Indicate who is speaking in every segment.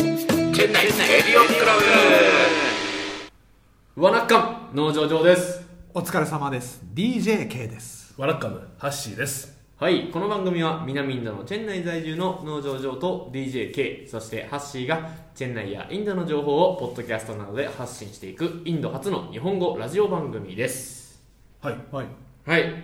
Speaker 1: 店内エリオンクラブわなっかん農場上です
Speaker 2: お疲れ様です。DJK です。
Speaker 3: ワラッカムハッシーです
Speaker 1: はいこの番組は南インドのチェン内在住の農場上と DJK そしてハッシーがチェン内やインドの情報をポッドキャストなどで発信していくインド初の日本語ラジオ番組です
Speaker 3: はい
Speaker 2: はい。
Speaker 1: はい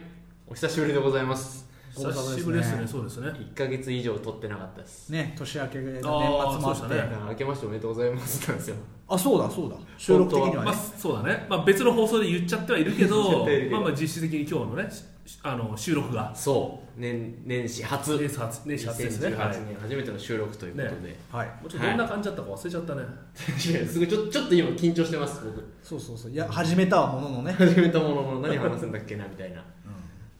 Speaker 1: お久しぶりでございます
Speaker 2: ご無沙汰ですね
Speaker 3: 久しぶりですねそうですね
Speaker 1: 1ヶ月以上撮ってなかったです
Speaker 2: ね、年明けの年末
Speaker 3: あー
Speaker 2: もあ
Speaker 3: そ
Speaker 2: っ
Speaker 3: う
Speaker 2: て。
Speaker 3: でした
Speaker 1: だ
Speaker 3: ね
Speaker 1: から明けましておめでとうございますなんですよ
Speaker 2: あ、そうだ、そうだ。収録的には
Speaker 3: ま
Speaker 2: ね
Speaker 3: あ。そうだね、まあ、別の放送で言っちゃってはいるけ
Speaker 1: 言っちゃっ
Speaker 3: ど
Speaker 1: てはいるけど
Speaker 3: まあまあ実質的に今日のねしあの収録が
Speaker 1: そう年年始初
Speaker 3: 年始初年始初ですね、はい
Speaker 1: 2018年初めての収録ということで、
Speaker 3: ね
Speaker 2: はい。
Speaker 3: もうちょっとどんな感じだったか忘れちゃったね、
Speaker 1: いやすごいちょちょっと今緊張してます僕
Speaker 2: そうそうそう。いや、始めたはもののね。
Speaker 1: 始めたものの何話すんだっけなみたいな、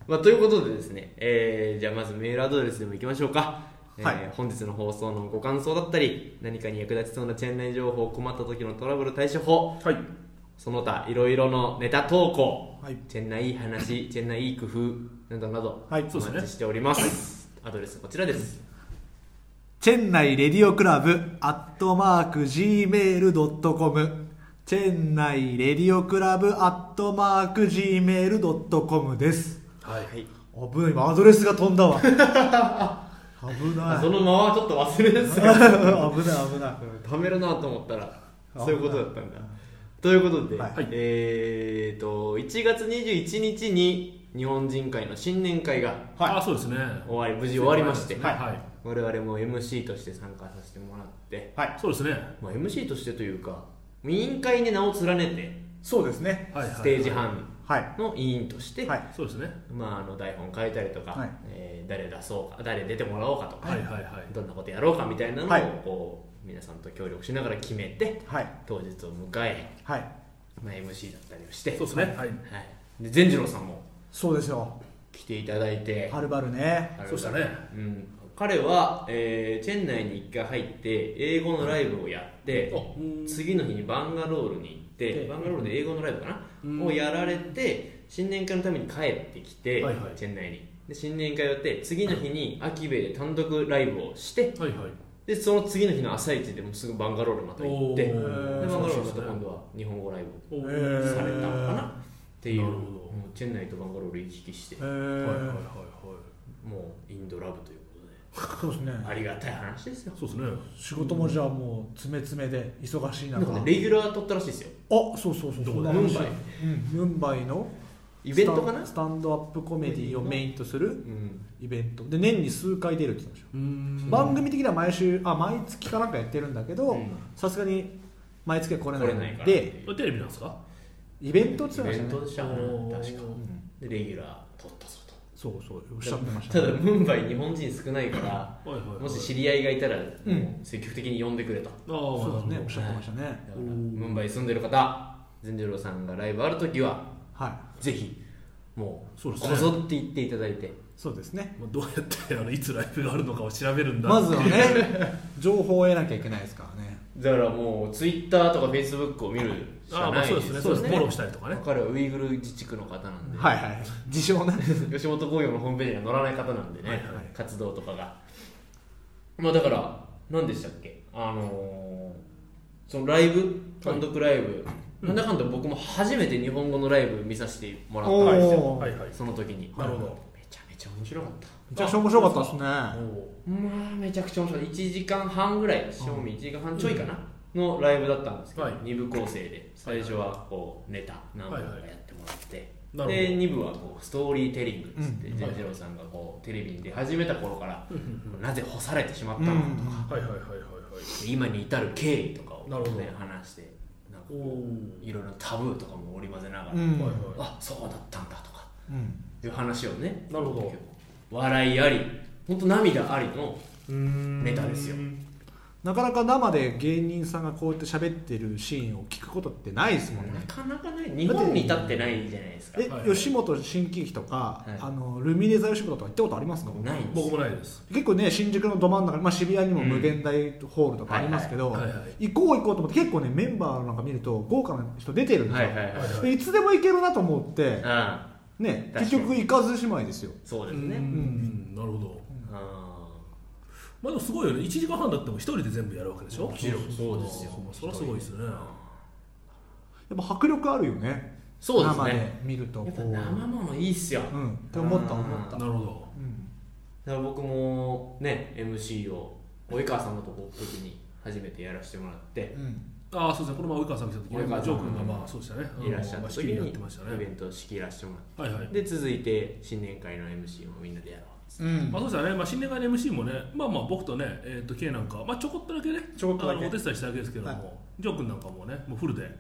Speaker 1: まあ、ということでですね、えーじゃあまずメールアドレスでもいきましょうか、えー
Speaker 2: はい
Speaker 1: 本日の放送のご感想だったり何かに役立ちそうなチェーン内情報困った時のトラブル対処法
Speaker 3: はい
Speaker 1: その他いろいろのネタ投稿、
Speaker 2: はい
Speaker 1: チェン内いい 話チェン内いい工夫などなどお
Speaker 2: はい
Speaker 3: そうですね
Speaker 1: 待ちしておりますアドレスこちらです
Speaker 2: チェンナイレディオクラブ、アットマーク、gmail.com。チェンナイレディオクラブ、アットマーク、gmail.com です。
Speaker 3: は
Speaker 1: は
Speaker 3: い
Speaker 1: い
Speaker 2: 危ない、今アドレスが飛ん だわ。危な
Speaker 1: あ
Speaker 2: い。
Speaker 1: その間はちょっと忘れです
Speaker 2: 危ない、危ない。
Speaker 1: 貯めるなと思ったら
Speaker 2: あ
Speaker 1: そういうことだったんだということで、
Speaker 2: はい
Speaker 1: えーと1月21日に日本人会の新年会が
Speaker 3: あそうですね
Speaker 1: 終わり無事終わりまして、
Speaker 3: はい、はい
Speaker 1: 我々も MC として参加させてもらって、
Speaker 2: はい。
Speaker 3: そうですね
Speaker 1: まあ、MC としてというか委員会で名を連ねて
Speaker 2: そうですね。
Speaker 3: はいはい
Speaker 1: ステージ班
Speaker 2: はい。
Speaker 1: の委員として、
Speaker 2: はい。
Speaker 3: そうですね
Speaker 1: まあ、あの台本書いたりとか、
Speaker 2: はい
Speaker 1: えー誰出そうか誰出てもらおうかとか、
Speaker 3: はいはいはい
Speaker 1: どんなことやろうかみたいなのを
Speaker 2: はい
Speaker 1: こう皆さんと協力しながら決めて
Speaker 2: はい。
Speaker 1: 当日を迎え
Speaker 2: はい。
Speaker 1: まあ、MC だったりをして
Speaker 3: そうですねはい
Speaker 1: はい、で善次郎さんも
Speaker 2: そうですよ。
Speaker 1: 来ていただいて
Speaker 2: はるばるね。
Speaker 1: あれ
Speaker 3: そうしたね
Speaker 1: うん、彼は、えーチェン内に一回入って英語のライブをやって
Speaker 3: あうん
Speaker 1: 次の日にバンガロールに行って
Speaker 2: で
Speaker 1: バンガロールで英語のライブかな、
Speaker 3: うん
Speaker 1: をやられて新年会のために帰ってきて、
Speaker 3: はいはい
Speaker 1: チェン内にで新年会をやって次の日にアキベで単独ライブをして
Speaker 3: はいはい
Speaker 1: でその次の日の朝一でもうすぐバンガロールまた行ってで
Speaker 3: お
Speaker 2: ー
Speaker 1: バンガロールま
Speaker 3: そ
Speaker 1: た
Speaker 3: うですね
Speaker 1: 今度は日本語ライブを
Speaker 3: お
Speaker 2: え
Speaker 3: ー
Speaker 2: ー
Speaker 1: されたのかなっていう
Speaker 3: なるほど
Speaker 1: もうチェン内とバンガロール行き来して
Speaker 2: え
Speaker 3: はいはいはい
Speaker 2: ー
Speaker 3: は
Speaker 1: もうインドラブということで
Speaker 2: そうですね。
Speaker 1: ありがたい話ですよ
Speaker 3: いそうですね
Speaker 2: 仕事もじゃあもう詰め詰めで忙しい
Speaker 1: な
Speaker 2: 中
Speaker 1: んかねレギュラー取ったらしいですよ
Speaker 2: あそうそうそ
Speaker 3: ど
Speaker 2: うそ
Speaker 3: こ
Speaker 2: ん
Speaker 3: で
Speaker 2: な話
Speaker 1: ムンバイ
Speaker 2: うんムンバイの
Speaker 1: イベントかな
Speaker 2: スタンスタンドアップコメディをメインとする
Speaker 1: うん
Speaker 2: イベントで年に数回出るって言ってましたよ
Speaker 3: うーん
Speaker 2: 番組的には毎週あ毎月かなんかやってるんだけ
Speaker 1: う
Speaker 2: ど
Speaker 1: ん
Speaker 2: さすがに毎月は来れない
Speaker 1: 来れないから
Speaker 2: で
Speaker 3: テレビなんですか
Speaker 2: イベントって
Speaker 1: イ
Speaker 2: 言っ
Speaker 1: ベ
Speaker 2: てま
Speaker 1: ントでし
Speaker 2: したね
Speaker 1: たかな
Speaker 3: おー
Speaker 1: 確か
Speaker 2: う
Speaker 1: で
Speaker 2: ん
Speaker 1: レギュラー取ったぞと
Speaker 2: そうそうおっしゃってました
Speaker 1: た
Speaker 2: ね
Speaker 1: だムンバイ日本人少ないから
Speaker 3: はいはいはい
Speaker 1: もし知り合いがいたら
Speaker 2: うん
Speaker 1: もう積極的に呼んでくれと
Speaker 3: ああ
Speaker 2: そうです
Speaker 3: な
Speaker 2: ね
Speaker 3: る
Speaker 2: お
Speaker 3: ほ
Speaker 2: っ
Speaker 3: ど
Speaker 2: しゃってましたね
Speaker 1: だから
Speaker 2: お
Speaker 1: ム
Speaker 2: ー
Speaker 1: ンバイ住んでる方善次郎さんがライブある時は
Speaker 2: はい
Speaker 1: ぜひもう
Speaker 3: そうですね
Speaker 1: こぞって行っていただいて
Speaker 2: そうですね
Speaker 3: まあどうやってあのいつライブがあるのかを調べるんだ
Speaker 2: まず はね情報を得なきゃいけないですからね
Speaker 1: だからもうツイッターとかフェイスブックを見るし
Speaker 3: あ
Speaker 1: か
Speaker 3: あま
Speaker 1: な
Speaker 3: あ
Speaker 1: い
Speaker 3: そうですねそうですねフォローしたりとかね
Speaker 1: 彼はウイグル自治区の方なん で、
Speaker 2: はいはい自称ね
Speaker 1: 吉本興業のホームページには載らない方なんでね、
Speaker 3: はいはい
Speaker 1: 活動とかがまあだから何でしたっけあのーそのライブ単独ライブ、なんだかんだ僕も初めて日本語のライブ見させてもらったんですよ
Speaker 2: お
Speaker 3: はいはい
Speaker 1: その時に
Speaker 3: なるほど
Speaker 1: めちゃめちゃ面白かった
Speaker 2: めちゃくちゃ面白かったですね
Speaker 1: まあめちゃくちゃ面白い1時間半ぐらい正味1時間半ちょいかな、のライブだったんですけど、
Speaker 3: はい
Speaker 1: 2部構成で最初はこうネタ何本かやってもらって、
Speaker 3: はいはいなる
Speaker 1: で
Speaker 3: ほ
Speaker 1: 2部はこうストーリーテリングっつって
Speaker 2: う
Speaker 1: 善次郎さんがこうテレビに出始めた頃から、なぜ干されてしまっ
Speaker 2: う
Speaker 1: たのかとか、
Speaker 2: ん
Speaker 3: はいはいはいはいはい
Speaker 1: 今に至る経緯とかを、
Speaker 3: なるほど
Speaker 1: ね、話してなんか
Speaker 3: おお
Speaker 1: いろいろタブーとかも織り交ぜながら、
Speaker 2: うん
Speaker 3: はいは
Speaker 1: あそうだったんだとか
Speaker 2: うん
Speaker 1: いう話をね
Speaker 3: いなるほど
Speaker 1: 笑いあり本当涙ありのネタですよ
Speaker 2: なかなか生で芸人さんがこうやって喋ってるシーンを聞くことってないですもんね
Speaker 1: なかなかない日本に至ってないじゃないですか
Speaker 2: え、
Speaker 3: はい
Speaker 2: 吉本新喜劇とか、
Speaker 1: はい
Speaker 2: あのルミネ座吉本とか行ったことありますか
Speaker 1: ないんです
Speaker 3: 僕
Speaker 1: よ
Speaker 3: もないです
Speaker 2: 結構ね新宿のど真ん中に、まあ、渋谷にも無限大ホールとかありますけど、
Speaker 3: はいはいはいはい
Speaker 2: 行こう行こうと思って結構ねメンバーなんか見ると豪華な人出てるんです
Speaker 1: は
Speaker 2: よ、
Speaker 1: いはいはい
Speaker 3: は
Speaker 2: でいつでも行けるなと思って、
Speaker 1: ああ
Speaker 2: ね
Speaker 1: 確
Speaker 2: 結
Speaker 1: かに
Speaker 2: 局行かずじまいですよ
Speaker 1: そう
Speaker 3: う
Speaker 1: で
Speaker 3: ー
Speaker 1: すね
Speaker 3: んなるほど
Speaker 1: あ
Speaker 3: まあでもすごいよね1時間半だっても一人で全部やるわけでしょ
Speaker 1: もちろんそうですよ
Speaker 3: まあそれはすごいですね
Speaker 2: やっぱ迫力あるよね
Speaker 1: そうです
Speaker 2: 生
Speaker 1: ね
Speaker 2: で見ると
Speaker 1: やっぱ
Speaker 2: こう
Speaker 1: 生ものいいっすよ
Speaker 2: うんって思った思った
Speaker 3: なるほど
Speaker 2: うん
Speaker 1: だから僕もね MC を及川様と僕の時に初めてやらせてもらって
Speaker 2: うん
Speaker 3: ああそうですねこのまま及川さん来た時
Speaker 1: 及川さん
Speaker 3: ジョー君がまあそうでしたねあの
Speaker 1: いらっしゃった時に
Speaker 3: まあ仕切りやってまし
Speaker 1: イ
Speaker 3: た
Speaker 1: ベ
Speaker 3: ね
Speaker 1: ントを仕切らせてもらっ
Speaker 3: はいはい
Speaker 1: てで続いて新年会の MC をみんなでやろう
Speaker 2: うん
Speaker 3: まあ、そうですよね、まあ、新年会の MC もね、まあまあ僕とね、えー、と K なんか、まあ、ちょこっとだけね、
Speaker 2: ちょこっとだけ
Speaker 3: あのお手伝いしただけですけども、
Speaker 2: はい
Speaker 3: ジョー君なんかもね、もうフルで、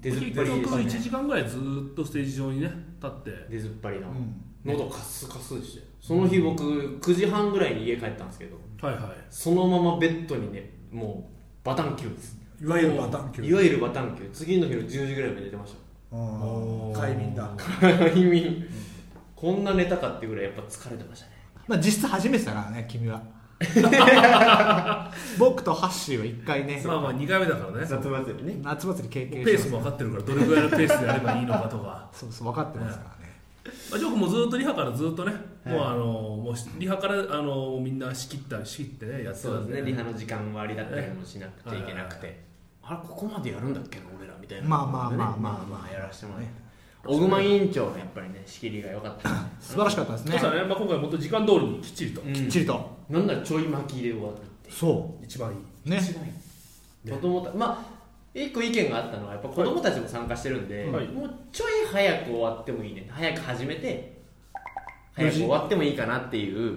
Speaker 1: 出ずっ
Speaker 3: 結
Speaker 1: ぱ
Speaker 3: 局
Speaker 1: りで
Speaker 3: 1
Speaker 1: すね
Speaker 3: 時間ぐらいずーっとステージ上にね、立って、
Speaker 1: 出ずっぱりの
Speaker 2: うん
Speaker 1: 喉カスカスでしてその日僕9時半ぐらいに家帰ったんですけど
Speaker 3: はいはい、
Speaker 1: そのままベッドにねもうバタンキューです
Speaker 2: いわゆるバタンキュ
Speaker 1: いわゆるバタンキュー次の日の10時ぐらいまで寝てまし
Speaker 2: ー
Speaker 3: おー
Speaker 2: 快眠だ
Speaker 1: た意味こんな寝たかってぐらいやっぱ疲れてましたね
Speaker 2: まあ実質初めてだからね君は僕とハッシーは一回ね
Speaker 3: まあまあ2回目だからね、
Speaker 1: 夏祭りね
Speaker 2: 夏祭り経
Speaker 3: ペ
Speaker 2: 験
Speaker 3: ース
Speaker 2: して
Speaker 3: も分かってるから、どれぐらいのペースでやればいいのかとか、 ま
Speaker 2: そうそう分かってますからね
Speaker 3: あ、ジョー君もずーっとリハからずーっとね、もうあのもうしリハからあのもうみんな仕切った仕切ってね、やってた
Speaker 1: そうんですねリハの時間割りだったりもしなくちゃいけなくて、
Speaker 3: は
Speaker 1: あれここまでやるんだっけな俺らみたいな、
Speaker 2: まあまあまあまあ
Speaker 1: まあまあやらせてもらって小熊委員長のやっぱりね仕切りが良かったね
Speaker 2: 素晴らしかったです
Speaker 3: そうで
Speaker 2: ね
Speaker 3: すねまあ、今回、本当、時間通りにきっちりと、
Speaker 1: うん
Speaker 2: きっちりと
Speaker 1: なんならちょい巻きで終わったって
Speaker 2: そ
Speaker 3: 一番いい。
Speaker 2: うね
Speaker 1: 一番いい子供たまあ一個意見があったのはやっぱ子供たちも参加してるんで、
Speaker 3: はい
Speaker 1: もうちょい早く終わってもいいね早く始めて早く終わってもいいかなっていう、うん、
Speaker 3: うん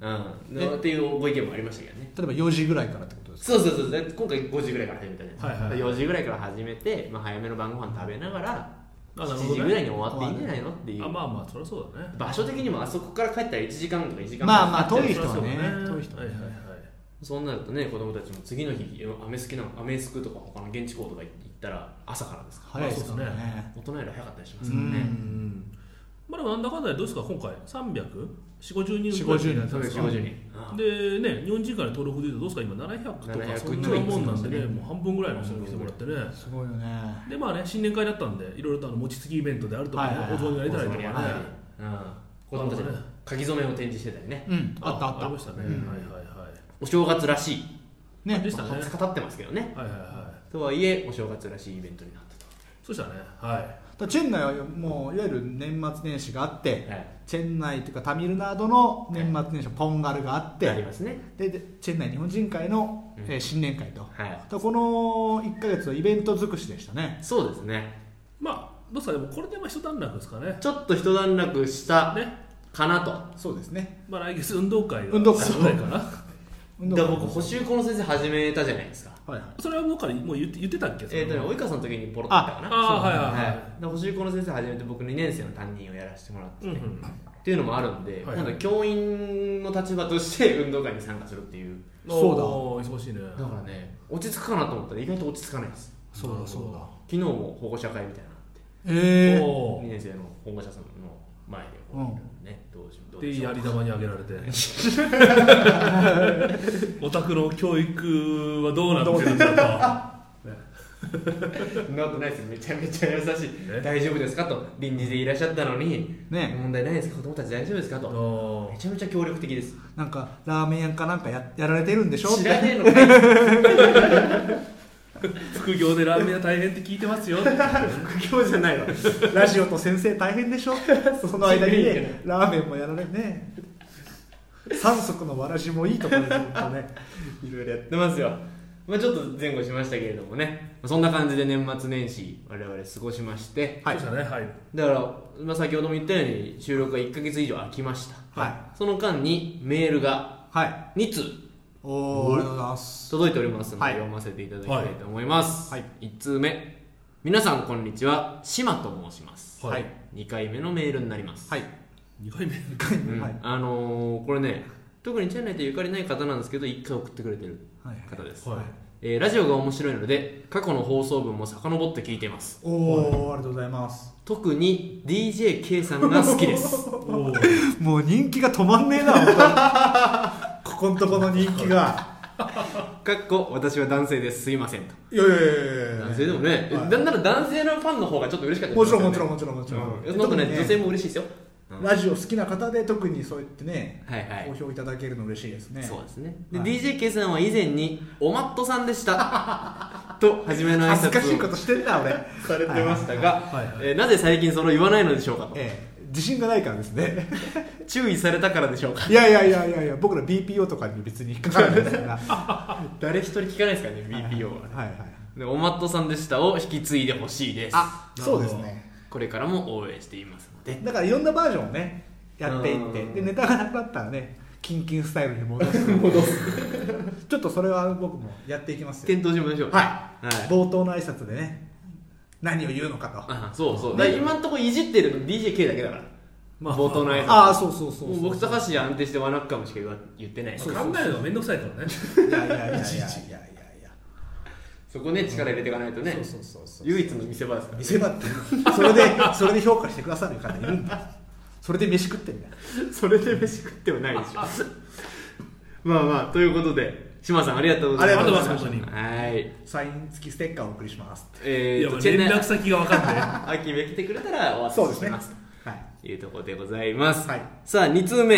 Speaker 3: うんうん
Speaker 1: のっていうご意見もありましたけどね
Speaker 2: 例えば4時ぐらいからってことですか
Speaker 1: そうそうそうで今回5時ぐらいから始めたじゃないですか、
Speaker 3: はいはい
Speaker 1: 4時ぐらいから始めて、まあ、早めの晩ご飯食べながら
Speaker 3: あなるほどね
Speaker 1: 7時ぐらいに終わっていいんじゃないのっていう
Speaker 3: あまあまあ、そりゃそうだね。
Speaker 1: 場所的にもあそこから帰ったら1時間とか1時間
Speaker 2: まあまあ
Speaker 1: かかっちゃう
Speaker 2: 遠い人はね
Speaker 3: そう
Speaker 2: 遠い
Speaker 3: です
Speaker 2: 人
Speaker 3: よ
Speaker 2: は
Speaker 3: ねはい
Speaker 2: ね
Speaker 3: はいはい
Speaker 1: そうなるとね子供たちも次の日アメスキなアメスクとか他の現地校とか行ったら朝からですから
Speaker 2: 早いですから
Speaker 3: まあそうです
Speaker 2: ね
Speaker 1: 大人より早かったりしま
Speaker 2: う
Speaker 1: す
Speaker 2: ん
Speaker 1: からね、
Speaker 3: まあでもなんだかんだでどうですか今回300 4 5 0人
Speaker 2: 450人
Speaker 3: ぐらい
Speaker 1: そう
Speaker 3: で
Speaker 1: ですす
Speaker 3: か
Speaker 1: 50人
Speaker 3: でね日本人から登録でいうとどうですか今700とか
Speaker 1: 700
Speaker 3: そんなもんなんでね
Speaker 1: ちょい
Speaker 3: もう半分ぐらいの人に来てもらってね
Speaker 2: すごいよね
Speaker 3: でまあね新年会だったんでいろいろとあの餅つきイベントであるとか
Speaker 2: はいはいはい
Speaker 3: お雑煮が出たりとか
Speaker 1: り
Speaker 3: ね
Speaker 1: やったり、うん、子供たちの書き初めを展示してたりね
Speaker 2: うんあったあ
Speaker 3: あり
Speaker 2: っ
Speaker 3: ましたね
Speaker 2: う
Speaker 3: はい
Speaker 2: ん
Speaker 3: はいは
Speaker 1: お正月らしい
Speaker 2: たね
Speaker 3: でしたね
Speaker 1: まあ20日経ってますけどね
Speaker 3: いはいはいはい
Speaker 1: とはいえお正月らしいイベントになった
Speaker 3: そうしたねは
Speaker 2: だからチェン内はもういわゆる年末年始があって
Speaker 1: と、はい、
Speaker 2: チェン内というかタミルナードの年末年始のポンガルがあって、
Speaker 1: ありますね
Speaker 2: ででチェン内日本人会の、
Speaker 1: うん
Speaker 2: えー新年会と、
Speaker 1: はい
Speaker 2: だからこの1か月のイベント尽くしでしたね
Speaker 1: そうですね
Speaker 3: いまあどうですかでもこれでまあ一段落ですかね
Speaker 1: ちょっと一段落した
Speaker 3: ね
Speaker 1: かなと
Speaker 2: そうですね
Speaker 3: まあ来月運動会が
Speaker 2: 運動会
Speaker 3: ぐらいかな
Speaker 1: だから僕補修校の先生始めたじゃないですか
Speaker 2: はいはい
Speaker 3: それは僕からもう言って言ってたっけそれ
Speaker 1: えっ、
Speaker 3: は
Speaker 1: とね及川さんの時にポロッと言ったかな
Speaker 3: ああはいはいはい
Speaker 1: はい、で補習校の先生始めて僕2年生の担任をやらせてもらって
Speaker 3: うん
Speaker 1: て、
Speaker 3: う
Speaker 1: っ
Speaker 3: ん
Speaker 1: ていうのもあるんで、
Speaker 3: はい
Speaker 1: なんか教員の立場として運動会に参加するっていう
Speaker 2: そ
Speaker 3: そうだ忙しいね
Speaker 1: だからね落ち着くかなと思ったら意外と落ち着かないです
Speaker 2: そうだそうだ
Speaker 1: 昨日も保護者会みたいなのあって
Speaker 2: ええ
Speaker 3: お
Speaker 1: 2
Speaker 3: ー
Speaker 1: 年生の保護者さんの前でこうね、どうしようどう
Speaker 3: で
Speaker 1: しよ
Speaker 3: や
Speaker 1: う
Speaker 3: り玉にあげられ てお宅の教育はどうなってるんだと
Speaker 1: そんなことないですめちゃめちゃ優しい
Speaker 3: え
Speaker 1: 大丈夫ですかと臨時でいらっしゃったのに、
Speaker 2: ね
Speaker 1: 問題ないですか子供たち大丈夫ですかと
Speaker 3: お
Speaker 1: め
Speaker 3: ー
Speaker 1: ちゃめちゃ協力的です
Speaker 2: なんかラーメン屋かなんかややられてるんでしょ
Speaker 1: 知ら
Speaker 2: って
Speaker 1: ねえのかい
Speaker 3: 副業でラーメン屋大変って聞いてますよ
Speaker 2: 副業じゃないわ ラジオと先生大変でしょ その間に
Speaker 1: いいよ
Speaker 2: ねラーメンもやられね三足のわらじもいいところですほんとね
Speaker 1: いろいろやってますよ。まあちょっと前後しましたけれどもね、そんな感じで年末年始、我々過ごしまして、
Speaker 2: はい
Speaker 3: そうしたねはい
Speaker 1: だから、まあ、先ほども言ったように、収録が1ヶ月以上空きました。
Speaker 2: は
Speaker 1: その間にメールが
Speaker 2: いはい
Speaker 1: 2通
Speaker 2: おおありがとうございます
Speaker 1: 届いておりますので、
Speaker 2: はい
Speaker 1: 読ませていただきたいと思います。
Speaker 2: はい
Speaker 1: 1通目、皆さんこんにちは、島と申します。
Speaker 3: はい
Speaker 1: 2回目のメールになります。
Speaker 2: はい
Speaker 3: 2回目
Speaker 1: うん
Speaker 2: はい
Speaker 1: あのーこれね、特にチェン内とゆかりない方なんですけど、1回送ってくれてる
Speaker 2: はい
Speaker 1: 方です。
Speaker 3: はい
Speaker 1: えーラジオが面白いので過去の放送分も遡って聞いています
Speaker 2: おおありがとうございます
Speaker 1: 特に DJK さんが好きです
Speaker 3: おー
Speaker 2: もう人気が止まんねえな 本当にここんとこの人気が
Speaker 1: かっこ私は男性ですすいませんと
Speaker 2: いやいやいやいや
Speaker 1: 男性でもね、
Speaker 2: はい
Speaker 1: なんなら男性のファンの方がちょっと嬉しかった
Speaker 2: もちろんも
Speaker 1: です
Speaker 2: ち
Speaker 1: よね
Speaker 2: ろんもちろんもちろん
Speaker 1: うんそんなことね
Speaker 2: 特に
Speaker 1: 女性も嬉しいですよ、うん
Speaker 2: ラジオ好きな方で特にそうやってね、
Speaker 1: はいはい
Speaker 2: 好評いただけるの嬉しいですね
Speaker 1: そうですねで、
Speaker 2: はい
Speaker 1: DJK さんは以前に「おまっとさんで した」と初めの挨
Speaker 2: 恥ずかしい
Speaker 1: 拶
Speaker 2: こ
Speaker 1: を
Speaker 2: としてんな俺
Speaker 1: されてましたが、
Speaker 3: はいはいはいはいはい
Speaker 1: えーなぜ最近それを言わないのでしょうかと、
Speaker 2: ええ自信がないからですね
Speaker 1: 注意されたからでしょうか
Speaker 2: いやいやいやいやいや僕ら BPO とかに別に引っかからないですから
Speaker 1: 誰一人聞かないですからね BPO は、
Speaker 2: はいはいはい
Speaker 1: でおまっとさんでしたを引き継いでほしいです
Speaker 2: あ
Speaker 3: なる
Speaker 2: そ
Speaker 3: ほ
Speaker 2: う
Speaker 3: ど
Speaker 2: ですね
Speaker 1: これからも応援していますので
Speaker 2: だからいろんなバージョンをねやっていっ
Speaker 1: う
Speaker 2: て
Speaker 1: ん
Speaker 2: でネタがなくなったらねキンキンスタイルに戻す ちょっとそれは僕もやっていきますよ
Speaker 1: 検討しましょう
Speaker 2: はい、
Speaker 1: はい
Speaker 2: 冒頭の挨拶でね何を言うのかと
Speaker 1: あそうそうだから今んとこいじってるの DJK だけだから、
Speaker 3: まあ
Speaker 1: 冒頭の挨拶
Speaker 2: ああそうそうそう
Speaker 1: も
Speaker 2: そう
Speaker 1: う僕と橋は安定してワナッカムしか言わ言ってないそ
Speaker 3: 考えるのがめんどくさいからね
Speaker 2: いやいやいやいやいやいやいや
Speaker 1: こね力入れていかないとね、
Speaker 2: そうそうそうそう
Speaker 1: 唯一の見せ場ですから
Speaker 2: 見せ場ってそれでそれで評価してくださる方いるんだそれで飯食ってんだよ
Speaker 1: それで飯食ってはないでしょ まあまあということで島さんありがとうございます
Speaker 2: ありがと
Speaker 3: ざい
Speaker 2: うご
Speaker 3: ます本当
Speaker 1: はーい
Speaker 2: サイン付きステッカーをお送りします
Speaker 1: え
Speaker 3: い
Speaker 1: ー
Speaker 3: や
Speaker 1: と
Speaker 3: まあ
Speaker 1: チェ
Speaker 3: 連
Speaker 1: ンナイ
Speaker 3: 絡先が分かんない
Speaker 1: 秋め来てくれたらお
Speaker 2: そう
Speaker 1: 渡
Speaker 2: で
Speaker 1: し
Speaker 2: す
Speaker 1: し
Speaker 2: ね
Speaker 1: ます
Speaker 2: はい
Speaker 1: というところでございます、
Speaker 2: はい
Speaker 1: さあ2通目、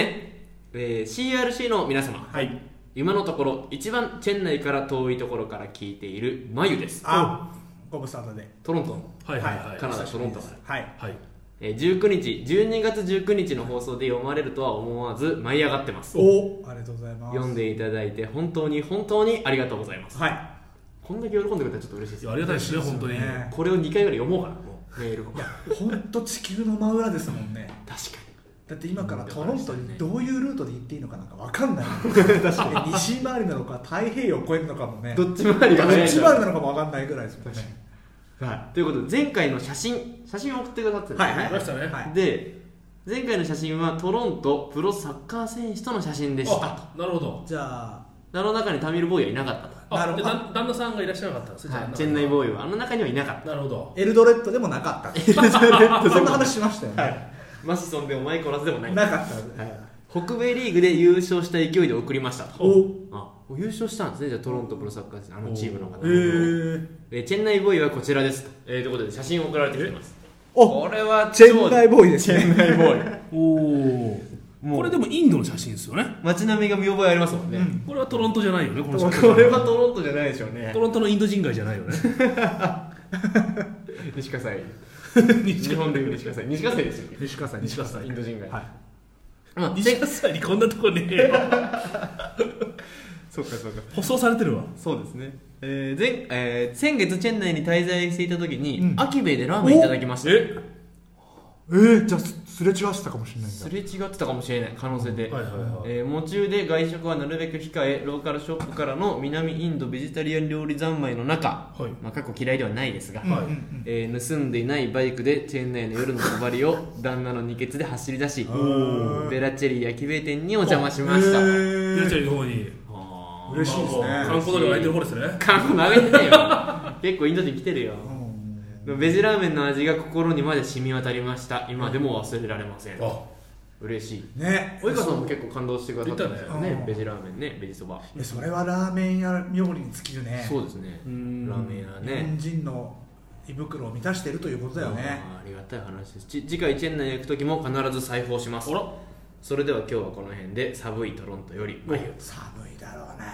Speaker 1: えー CRC の皆様、
Speaker 3: はい
Speaker 1: 今のところ一番チェン内から遠いところから聞いているまゆです
Speaker 2: あご無沙汰で
Speaker 1: トロントの、
Speaker 3: はいはいはい
Speaker 1: カナダトロントから
Speaker 2: はい
Speaker 3: はい
Speaker 1: えー19日12月19日の放送で読まれるとは思わず舞い上がってます
Speaker 2: おありがとうございます
Speaker 1: 読んでいただいて本当に本当にありがとうございます
Speaker 2: はい
Speaker 1: こんだけ喜んでくれたらちょっと嬉しいです
Speaker 3: い
Speaker 1: よ
Speaker 3: やありがたいですね本当に
Speaker 2: ね
Speaker 1: これを2回ぐらい読もうかなもうメールを
Speaker 2: い
Speaker 1: 確
Speaker 2: や
Speaker 1: か
Speaker 2: 本当地球の真裏ですもんねだって今からトロントにどういうルートで行っていいのかなんか分かんない 確かに西回りなのか太平洋を越えるのかもね
Speaker 1: にどっち回りが
Speaker 2: ど
Speaker 1: 早
Speaker 2: っ
Speaker 1: い
Speaker 2: ち
Speaker 1: ん
Speaker 2: 回
Speaker 1: だ
Speaker 2: りなのかも分かんないぐらいですもんね
Speaker 1: はいということで前回の写真写真を送ってくださってたんですね
Speaker 3: いましたね
Speaker 2: はい
Speaker 1: で前回の写真はトロントプロサッカー選手との写真でした
Speaker 3: あなるほど
Speaker 2: じゃあ
Speaker 1: あの中にタミルボーイはいなかった
Speaker 3: あ
Speaker 2: なるほど
Speaker 3: で旦旦那さんがいらっしゃらなかったんです
Speaker 1: と、
Speaker 3: ね
Speaker 1: はい、
Speaker 3: じゃあ
Speaker 1: チェンナイボーイはあの中にはいなかっ
Speaker 3: なるほど
Speaker 2: エルドレッドでもなかったエルドレッ ドそんな話しましたよね、
Speaker 1: たマシソンでお前こらずでもない
Speaker 2: なかった、
Speaker 1: 北米リーグで優勝した勢いで送りましたと
Speaker 2: お
Speaker 1: あ優勝したんですねじゃあトロントプロサッカー選手あのチームの方
Speaker 2: えー、
Speaker 1: えーチェンナイボーイはこちらですと,、えーということで写真を送られてきてます
Speaker 2: お
Speaker 1: これは
Speaker 2: チェンナイボーイです
Speaker 1: チェン
Speaker 2: ね
Speaker 1: ナイボーイ
Speaker 3: おおこれでもインドの写真ですよね
Speaker 1: 街並みが見覚えありますもんね、
Speaker 3: これはトロントじゃないよねこの写真
Speaker 1: これはトロントじゃないでしょうね
Speaker 3: トロントのインド人街じゃないよね
Speaker 1: 西葛西日本でいう西葛西西葛西ですよね
Speaker 2: 西川さん
Speaker 3: 西川さん
Speaker 1: インド人街、
Speaker 2: はい
Speaker 1: まあ、
Speaker 3: 西
Speaker 1: で
Speaker 3: 葛西にこんなとこねえよ
Speaker 1: そうかそうか
Speaker 3: 舗装されてるわ
Speaker 1: そうですね、えー前えー先月チェン内に滞在していた時に、
Speaker 2: うん
Speaker 1: アキベイでラーメンいただきました
Speaker 3: え
Speaker 2: えー、じゃあすすれ違わせたかもしれないんだ
Speaker 1: すれ違ってたかもしれない可能性で、
Speaker 3: はいはいはい
Speaker 1: えー、夢中で外食はなるべく控えローカルショップからの南インドベジタリアン料理三昧の中、
Speaker 3: はい
Speaker 1: まあ、過去嫌いではないですが、
Speaker 3: はい
Speaker 1: えー盗んでいないバイクでチェーン内の夜の帳を旦那の二欠で走り出し
Speaker 2: ー
Speaker 1: ベラチェリー焼き米店にお邪魔しました
Speaker 2: え
Speaker 3: ゆうち
Speaker 2: ー
Speaker 3: ゃんの方に
Speaker 1: あー
Speaker 2: 嬉しいですね
Speaker 3: なんか観光鳥が泣いてる方ですね
Speaker 1: 韓国曲げてないよ結構インド人来てるよ
Speaker 2: うん
Speaker 1: ベジラーメンの味が心にまで染み渡りました今でも忘れられません
Speaker 3: あ
Speaker 1: 嬉しい
Speaker 2: ね
Speaker 1: 及川さんも結構感動してくださったんですよ
Speaker 2: 言った
Speaker 1: ね
Speaker 2: ね
Speaker 1: ベジラーメンねベジそば
Speaker 2: いやそれはラーメン屋料理に尽きるね
Speaker 1: そうですねラ
Speaker 3: うん
Speaker 1: ーメン屋
Speaker 2: 日本
Speaker 1: ね
Speaker 2: 人の胃袋を満たしているということだよね
Speaker 1: あーありがたい話ですち次回チェン内へ行く時も必ず裁縫します
Speaker 3: あら
Speaker 1: それでは今日はこの辺で寒いトロントより眉
Speaker 2: 寒いだろうな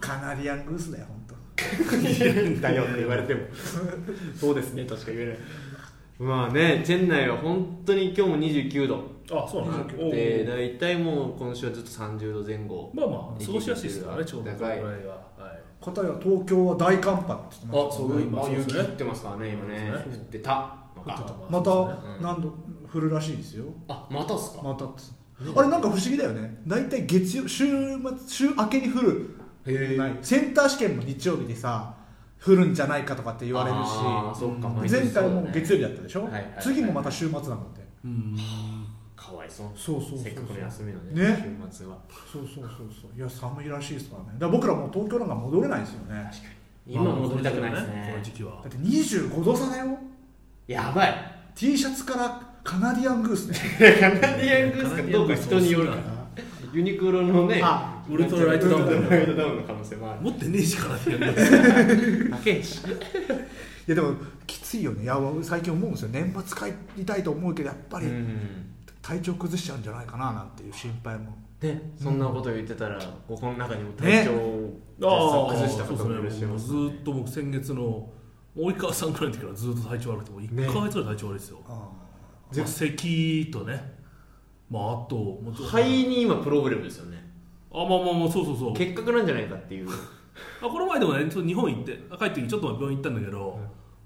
Speaker 2: カナディアングースだよ本当。
Speaker 1: だよって言われてもそうですね確か言えないまあねチェン内は本当に今日も29度
Speaker 3: あそうなんですね
Speaker 1: で大体もう今週はずっと30度前後
Speaker 3: まあまあ過ごしやすいですからねちょうどこのぐらいははい
Speaker 2: 片や東京は大寒波って言ってま
Speaker 1: あ
Speaker 2: した
Speaker 1: そ
Speaker 2: よ
Speaker 1: う
Speaker 2: ね
Speaker 1: 今
Speaker 3: そうです
Speaker 1: 雪
Speaker 3: ね
Speaker 1: 降ってますからね今ね
Speaker 3: そう
Speaker 1: 降
Speaker 3: で
Speaker 1: ってたの
Speaker 3: 降って
Speaker 1: か
Speaker 3: た
Speaker 2: また
Speaker 3: そうで
Speaker 1: ね
Speaker 3: す
Speaker 2: 何度降るらしいですよ
Speaker 1: あまたっすか
Speaker 2: またっつあれなんか不思議だよね大体月曜週末週明けに降る
Speaker 1: へえ
Speaker 2: センター試験も日曜日でさ降るんじゃないかとかって言われる
Speaker 1: あーそっか毎
Speaker 2: し
Speaker 1: 年そうだ
Speaker 2: 前
Speaker 1: ね
Speaker 2: 回も月曜日だったでしょ
Speaker 1: はいはいはい
Speaker 2: 次もまた週末なんだって
Speaker 3: うん
Speaker 1: かわいそう
Speaker 2: そうそうそうそう
Speaker 1: せっかくの休みのね
Speaker 2: ね
Speaker 1: 週末は
Speaker 2: そうそうそうそういや寒いらしいですからねだから僕らもう東京なんか戻れないですよね
Speaker 1: 確かに今戻りたくないです
Speaker 3: まあこの
Speaker 1: ね
Speaker 3: 時期は
Speaker 2: だって25度差だよ
Speaker 1: やばい
Speaker 2: T シャツからカナディアングースね
Speaker 1: カナディアングースかどうか人によるからユニクロのね
Speaker 2: あ
Speaker 3: ウルトラライトダウン
Speaker 1: ウルトラライトダウンの可能性もある
Speaker 3: 持ってねえしからね
Speaker 1: 高えし
Speaker 2: やでもきついよねいや最近思うんですよ年末帰りたいと思うけどやっぱ
Speaker 1: う
Speaker 2: り
Speaker 1: ん
Speaker 2: 体調崩しちゃうんじゃないかななんていう心配も
Speaker 1: ね、そんなこと言ってたら、ここの中にも体調を実
Speaker 3: ああ
Speaker 1: 際崩した
Speaker 3: そ
Speaker 1: こ
Speaker 3: う
Speaker 1: ともいらっ
Speaker 3: で
Speaker 1: し
Speaker 3: す
Speaker 1: ゃい
Speaker 3: ねも
Speaker 1: ま
Speaker 3: う
Speaker 1: す
Speaker 3: ずーっと僕先月の及川さんくらいの時からずっと体調悪くてもう1か月ぐらい体調悪いですよ、
Speaker 2: あ
Speaker 3: まあ、咳とねまああともうちょっと
Speaker 1: 肺に今プロブレムですよね
Speaker 3: あまあまあまあそうそうそう
Speaker 1: 結核なんじゃないかっていう
Speaker 3: あこの前でもねちょっと日本行って帰ってきてちょっと前病院行ったんだけど、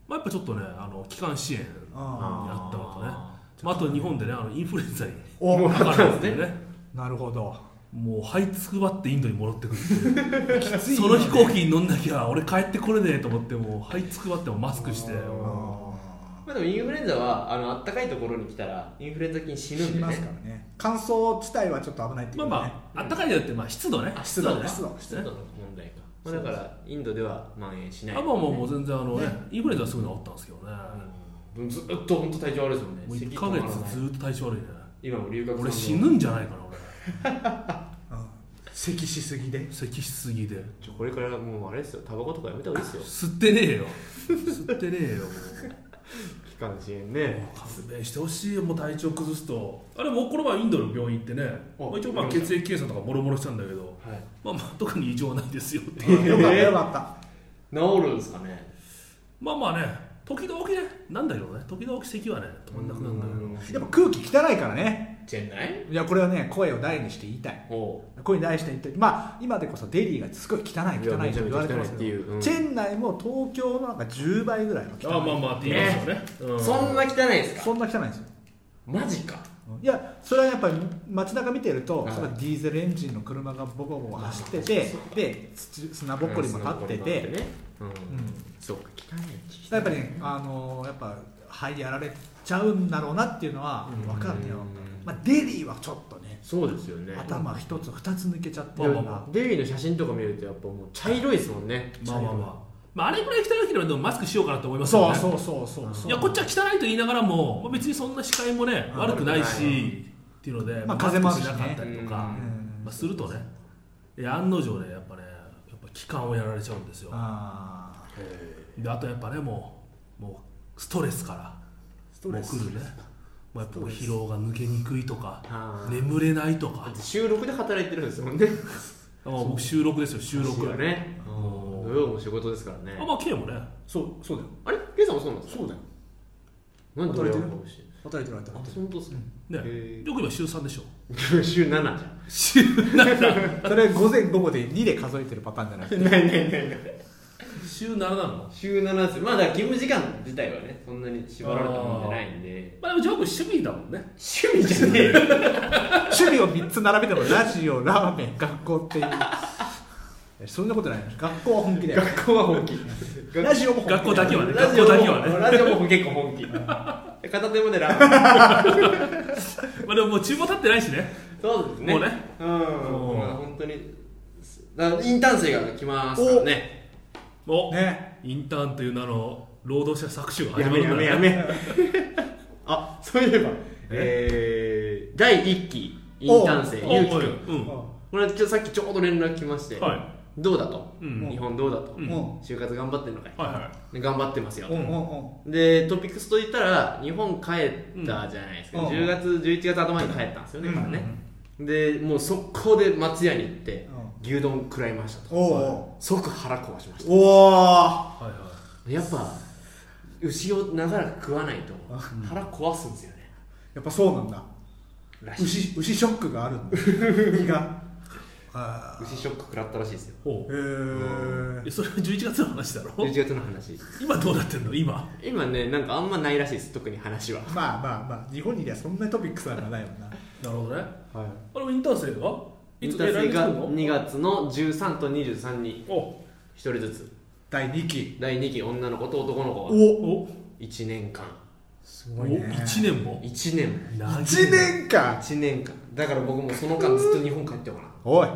Speaker 3: まあ、やっぱちょっとねあの気管支炎
Speaker 2: あ
Speaker 3: やったのとねまあ、あと日本でねあのインフルエンザに
Speaker 2: ーお
Speaker 3: かかるんですよね
Speaker 2: なる ほど
Speaker 3: もう這いつくばってインドに戻ってくるっていうその飛行機に乗んなきゃ俺帰ってこれねえと思ってもう這いつくばってもマスクして
Speaker 2: あ
Speaker 3: も
Speaker 1: まあでもインフルエンザはあの暖かいところに来たらインフルエンザ菌死
Speaker 2: ー
Speaker 1: ぬ
Speaker 2: 死
Speaker 1: ん
Speaker 2: に
Speaker 1: で
Speaker 2: ます
Speaker 1: ね
Speaker 2: からね乾燥地帯はちょっと危ないって
Speaker 3: う
Speaker 2: いう
Speaker 3: ま
Speaker 2: ね
Speaker 3: あまああったかいじゃなくて、まあ、湿度ね
Speaker 1: あ
Speaker 2: 湿度ね
Speaker 1: 湿度湿度の問題か、まあ、だからインドでは蔓延し
Speaker 3: あ
Speaker 1: ない
Speaker 3: まあまあもう全然あの、ね
Speaker 2: ね
Speaker 3: インフルエンザはすぐ治ったんですけどね、
Speaker 1: うんずっと本当体調悪いですもんね
Speaker 3: もう1
Speaker 1: 咳
Speaker 3: か
Speaker 1: 止まらない
Speaker 3: 月ずっと体調悪いね
Speaker 1: 今も留学
Speaker 3: 俺死ぬんじゃないかな俺
Speaker 2: うん咳しすぎ で
Speaker 3: 咳しすぎで
Speaker 1: ちょこれからもうあれですよタバコとかやめた方がいい ですよ
Speaker 3: 吸ってねえよ吸ってねえよも
Speaker 1: 気管支炎
Speaker 3: う
Speaker 1: ね
Speaker 3: もう勘弁してほしいよもう体調崩すとあれもうこの前インドの病院行ってね
Speaker 1: あ
Speaker 3: まあ一応まあ血液検査とかボロボロしたんだけど
Speaker 1: はい
Speaker 3: まあまあ特に異常はないですよって
Speaker 2: あ よかった
Speaker 1: えー
Speaker 2: よかっ
Speaker 1: 治るんですかね
Speaker 3: まあまあね時々ねなんだけどね時々咳はね止まんなくなるんだけど
Speaker 2: たやっぱ空気汚いからね
Speaker 1: チェンナイ
Speaker 2: いやこれはね声を大にして言いたい
Speaker 1: おう
Speaker 2: これに対して言ってまあ今でこそデリーがすごい汚い
Speaker 1: いや
Speaker 2: 汚いと言われてます
Speaker 1: めちゃめちゃ汚いってい
Speaker 2: けど
Speaker 1: ううん
Speaker 2: チェン内も東京のなんか10倍ぐらいの汚い
Speaker 3: ああまあまあって言いますよねう
Speaker 1: そんな汚いですか
Speaker 2: そんな汚いんですよ
Speaker 1: マジか
Speaker 2: いやそれはやっぱり街中見てると、
Speaker 1: はい
Speaker 2: それはディーゼルエンジンの車がボコボコ走ってて、で土砂ぼっこりも立ってて、
Speaker 1: うんねうん
Speaker 2: うん
Speaker 1: そうか汚い
Speaker 2: やっぱり、ね、あのーやっぱ肺やられちゃうんだろうなっていうのは分かるね、
Speaker 1: うん
Speaker 2: まあ、デリーはちょっとね
Speaker 1: そうですよね
Speaker 2: 頭一つ二つ抜けちゃって
Speaker 1: まあ
Speaker 2: る
Speaker 1: まあ
Speaker 2: ような
Speaker 1: まあデビーの写真とか見るとやっぱもう茶色いですもんね
Speaker 3: まあまあまあまああれぐらい汚ければでもマスクしようかなと思いますよ
Speaker 2: そう
Speaker 3: ね
Speaker 2: そうそうそうそう
Speaker 3: いやこっちは汚いと言いながらも、まあ、別にそんな視界もね
Speaker 1: うん
Speaker 3: 悪くないし、
Speaker 1: 悪くない
Speaker 3: っていうので、
Speaker 2: まあ風もあるしね
Speaker 3: マスクしなかったりとか、
Speaker 1: うん
Speaker 2: うん
Speaker 3: まあ、するとねいや案の定ねやっぱねやっぱ気管をやられちゃうんですよ
Speaker 2: あー
Speaker 3: であとやっぱねもうもうストレスから
Speaker 2: スト
Speaker 3: も
Speaker 2: レ
Speaker 3: う
Speaker 2: ス
Speaker 3: 来るねまあ、やっぱこう疲労が抜けにくいとか
Speaker 1: あー
Speaker 3: 眠れないと
Speaker 1: だ
Speaker 3: か
Speaker 1: って収録で働いてるんですもんね
Speaker 3: あ僕収録です よ収録
Speaker 1: はね
Speaker 3: うん
Speaker 1: 土曜も仕事ですからね
Speaker 3: あまあ K もね
Speaker 2: そうそうだよ
Speaker 1: あれケイさんもそうなんですか
Speaker 2: そうだよ
Speaker 1: なんで土曜かもしれ
Speaker 2: 働いてる働いてる
Speaker 1: ないあ本当ですねへ
Speaker 3: ねよく今週3でしょ
Speaker 1: 週7じゃん
Speaker 3: 週7
Speaker 2: それ午前午後で2で数えてるパターンじゃなくて
Speaker 1: ないないないない
Speaker 3: 週7なの
Speaker 1: 週7ですまあだから勤務時間自体はねそんなに縛られたもんじゃないんで
Speaker 3: まあでもジョーク趣味だもんね
Speaker 1: 趣味じゃねえよ
Speaker 2: 趣味を3つ並べてもラジオラーメン学校っていういやそんなことない学校は本気だ よ
Speaker 1: 学校は本気
Speaker 2: ラジオも本気
Speaker 3: 学校だけはね
Speaker 1: ラジオ
Speaker 3: 学校だけは
Speaker 1: も
Speaker 3: ね
Speaker 1: ラジオも結構本気 片手もでラーメン
Speaker 3: まあでももう厨房立ってないしね
Speaker 1: そうですね
Speaker 3: もうね
Speaker 1: うん
Speaker 3: もう
Speaker 1: まあ本当にだからインターン生が来ますからね
Speaker 3: お、
Speaker 2: ね
Speaker 3: インターンという名の労働者搾取が
Speaker 1: や
Speaker 3: 始ま
Speaker 1: め
Speaker 3: るん
Speaker 1: や
Speaker 3: だ
Speaker 1: め
Speaker 3: ね
Speaker 1: やめあそういえばえー第1期インターン生
Speaker 3: お
Speaker 1: ゆうきくん
Speaker 3: おいうん
Speaker 1: これちょさっきちょうど連絡来まして
Speaker 3: は
Speaker 1: どうだと
Speaker 3: うん
Speaker 1: 日本どうだと
Speaker 3: うん
Speaker 2: うん
Speaker 1: 就活頑張ってんのかい
Speaker 3: はいは
Speaker 1: で頑張ってますよ
Speaker 2: うんうん
Speaker 1: でトピックスと言ったら日本帰ったじゃないですか、
Speaker 2: うん
Speaker 1: 10月11月頭に帰ったんですよね、
Speaker 2: うん
Speaker 1: まあねでもう速攻で松屋に行って
Speaker 2: う
Speaker 1: 牛丼食らいましたと
Speaker 2: おお
Speaker 1: 即腹壊しまし
Speaker 2: おお
Speaker 3: はいはい
Speaker 1: たやっぱ牛を長らく食わないと腹壊すんですよね、
Speaker 2: やっぱそうなんだ
Speaker 1: らしい
Speaker 2: 牛牛ショックがあるんだ胃があ
Speaker 1: 牛ショック食らったらしいですよ
Speaker 3: ほ
Speaker 2: ー
Speaker 3: うえ
Speaker 2: へえ
Speaker 3: それは11月の話だろ
Speaker 1: 11月の話
Speaker 3: 今どうなってんの今
Speaker 1: 今ねなんかあんまないらしいです特に話は
Speaker 2: まあまあまあ日本にいりゃそんなトピックスはないもんな
Speaker 3: なるほどね
Speaker 1: はい
Speaker 3: あれもインターン生が
Speaker 1: イ
Speaker 3: い
Speaker 1: ン
Speaker 3: つ
Speaker 1: ターン生
Speaker 3: え来
Speaker 1: が
Speaker 3: るの
Speaker 1: 2月の13と23に
Speaker 3: お
Speaker 1: 1人ずつ
Speaker 2: 第2期
Speaker 1: 第2期女の子と男の子は
Speaker 2: お
Speaker 3: お
Speaker 1: 1年間
Speaker 2: す
Speaker 3: お
Speaker 2: ごいね
Speaker 3: 1年も
Speaker 1: 1年も
Speaker 3: 長い
Speaker 2: 1年間
Speaker 1: 1年間だから僕もその間ずっと日本帰ってようかな
Speaker 2: おい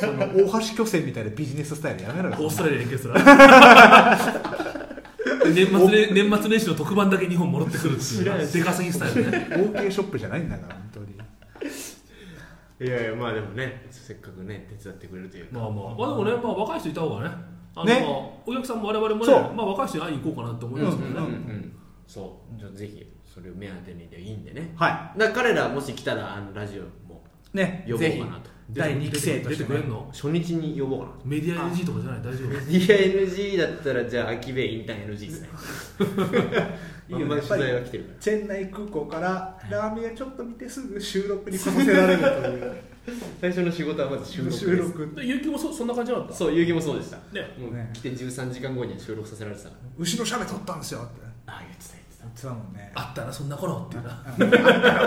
Speaker 2: その大橋巨船みたいなビジネススタイルやめろよ
Speaker 3: オーストラリアに行けすら 年末ね年末年始の特番だけ日本戻ってくるっていう出稼ぎスタイルね
Speaker 2: OK ショップじゃないんだから本当に
Speaker 1: いやいやまあでもねせっかくね手伝ってくれるというか
Speaker 3: まあまあまあでもねまあ若い人いた方がねあの、
Speaker 2: ね
Speaker 3: まあ、お客さんも我々も
Speaker 2: そう
Speaker 3: ね、まあ、若い人に会いに行こうかなと思いますけどね、
Speaker 1: うんうんそうじゃあぜひそれを目当てにでいいんでね
Speaker 2: は
Speaker 1: だから彼らもし来たらあのラジオも
Speaker 2: いね
Speaker 1: 呼ぼう
Speaker 2: ぜひ
Speaker 1: かなと
Speaker 3: 出て
Speaker 2: 第2期生とし
Speaker 3: 出て
Speaker 2: て、
Speaker 3: く
Speaker 2: ね
Speaker 3: れ、んの
Speaker 1: 初日に呼ぼうかなと
Speaker 3: メディア NG とかじゃない大丈夫
Speaker 1: DING だったらじゃあ秋部インターン NG です ね
Speaker 2: いいよ
Speaker 1: ま
Speaker 2: ね
Speaker 1: あ
Speaker 2: やっぱ
Speaker 1: 取
Speaker 2: り
Speaker 1: 材は来てるから
Speaker 2: チェン内空港からラーメン屋ちょっと見てすぐ収録にこさせられるという
Speaker 1: 最初の仕事はまず収録です
Speaker 2: 収録
Speaker 3: で有給もそそんな感じだった
Speaker 1: そう遊戯もそうでした
Speaker 3: ね
Speaker 1: も
Speaker 2: ね
Speaker 1: う来て13時間後には収録させられてたから
Speaker 2: 牛のシャメ撮ったんですよって
Speaker 1: ああ言ってた言って
Speaker 2: 言ってたもん ね
Speaker 3: あったなそんな頃っていうな
Speaker 2: あ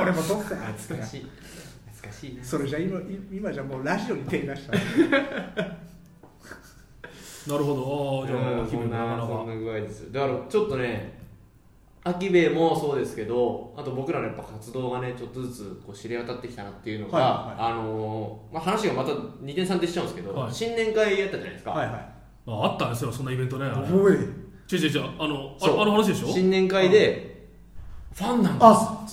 Speaker 2: 俺も撮ったよ
Speaker 1: た懐か
Speaker 2: つっ
Speaker 1: しい懐かしい
Speaker 2: て
Speaker 1: な
Speaker 2: それじゃ今今じゃもうラジオに手出した
Speaker 3: なるほどあーじゃあ
Speaker 1: うん
Speaker 3: 日
Speaker 1: そ
Speaker 3: 々
Speaker 1: ん
Speaker 3: なか
Speaker 1: なそ
Speaker 3: なか
Speaker 1: んな具合ですだからちょっとね秋兵衛もそうですけどあと僕らのやっぱ活動がねちょっとずつこう知れ渡ってきたなっていうのが、
Speaker 2: は
Speaker 1: あのーまあ、話がまた2点3点しちゃうんですけど、
Speaker 3: はい
Speaker 1: 新年会やったじゃないですか、
Speaker 2: はいは
Speaker 3: ああったんですよそんなイベントねあれ
Speaker 2: いおい
Speaker 3: 違う違う違うあのあ
Speaker 1: そう
Speaker 3: あの話でしょ
Speaker 1: 新年会でファンなんです
Speaker 2: あ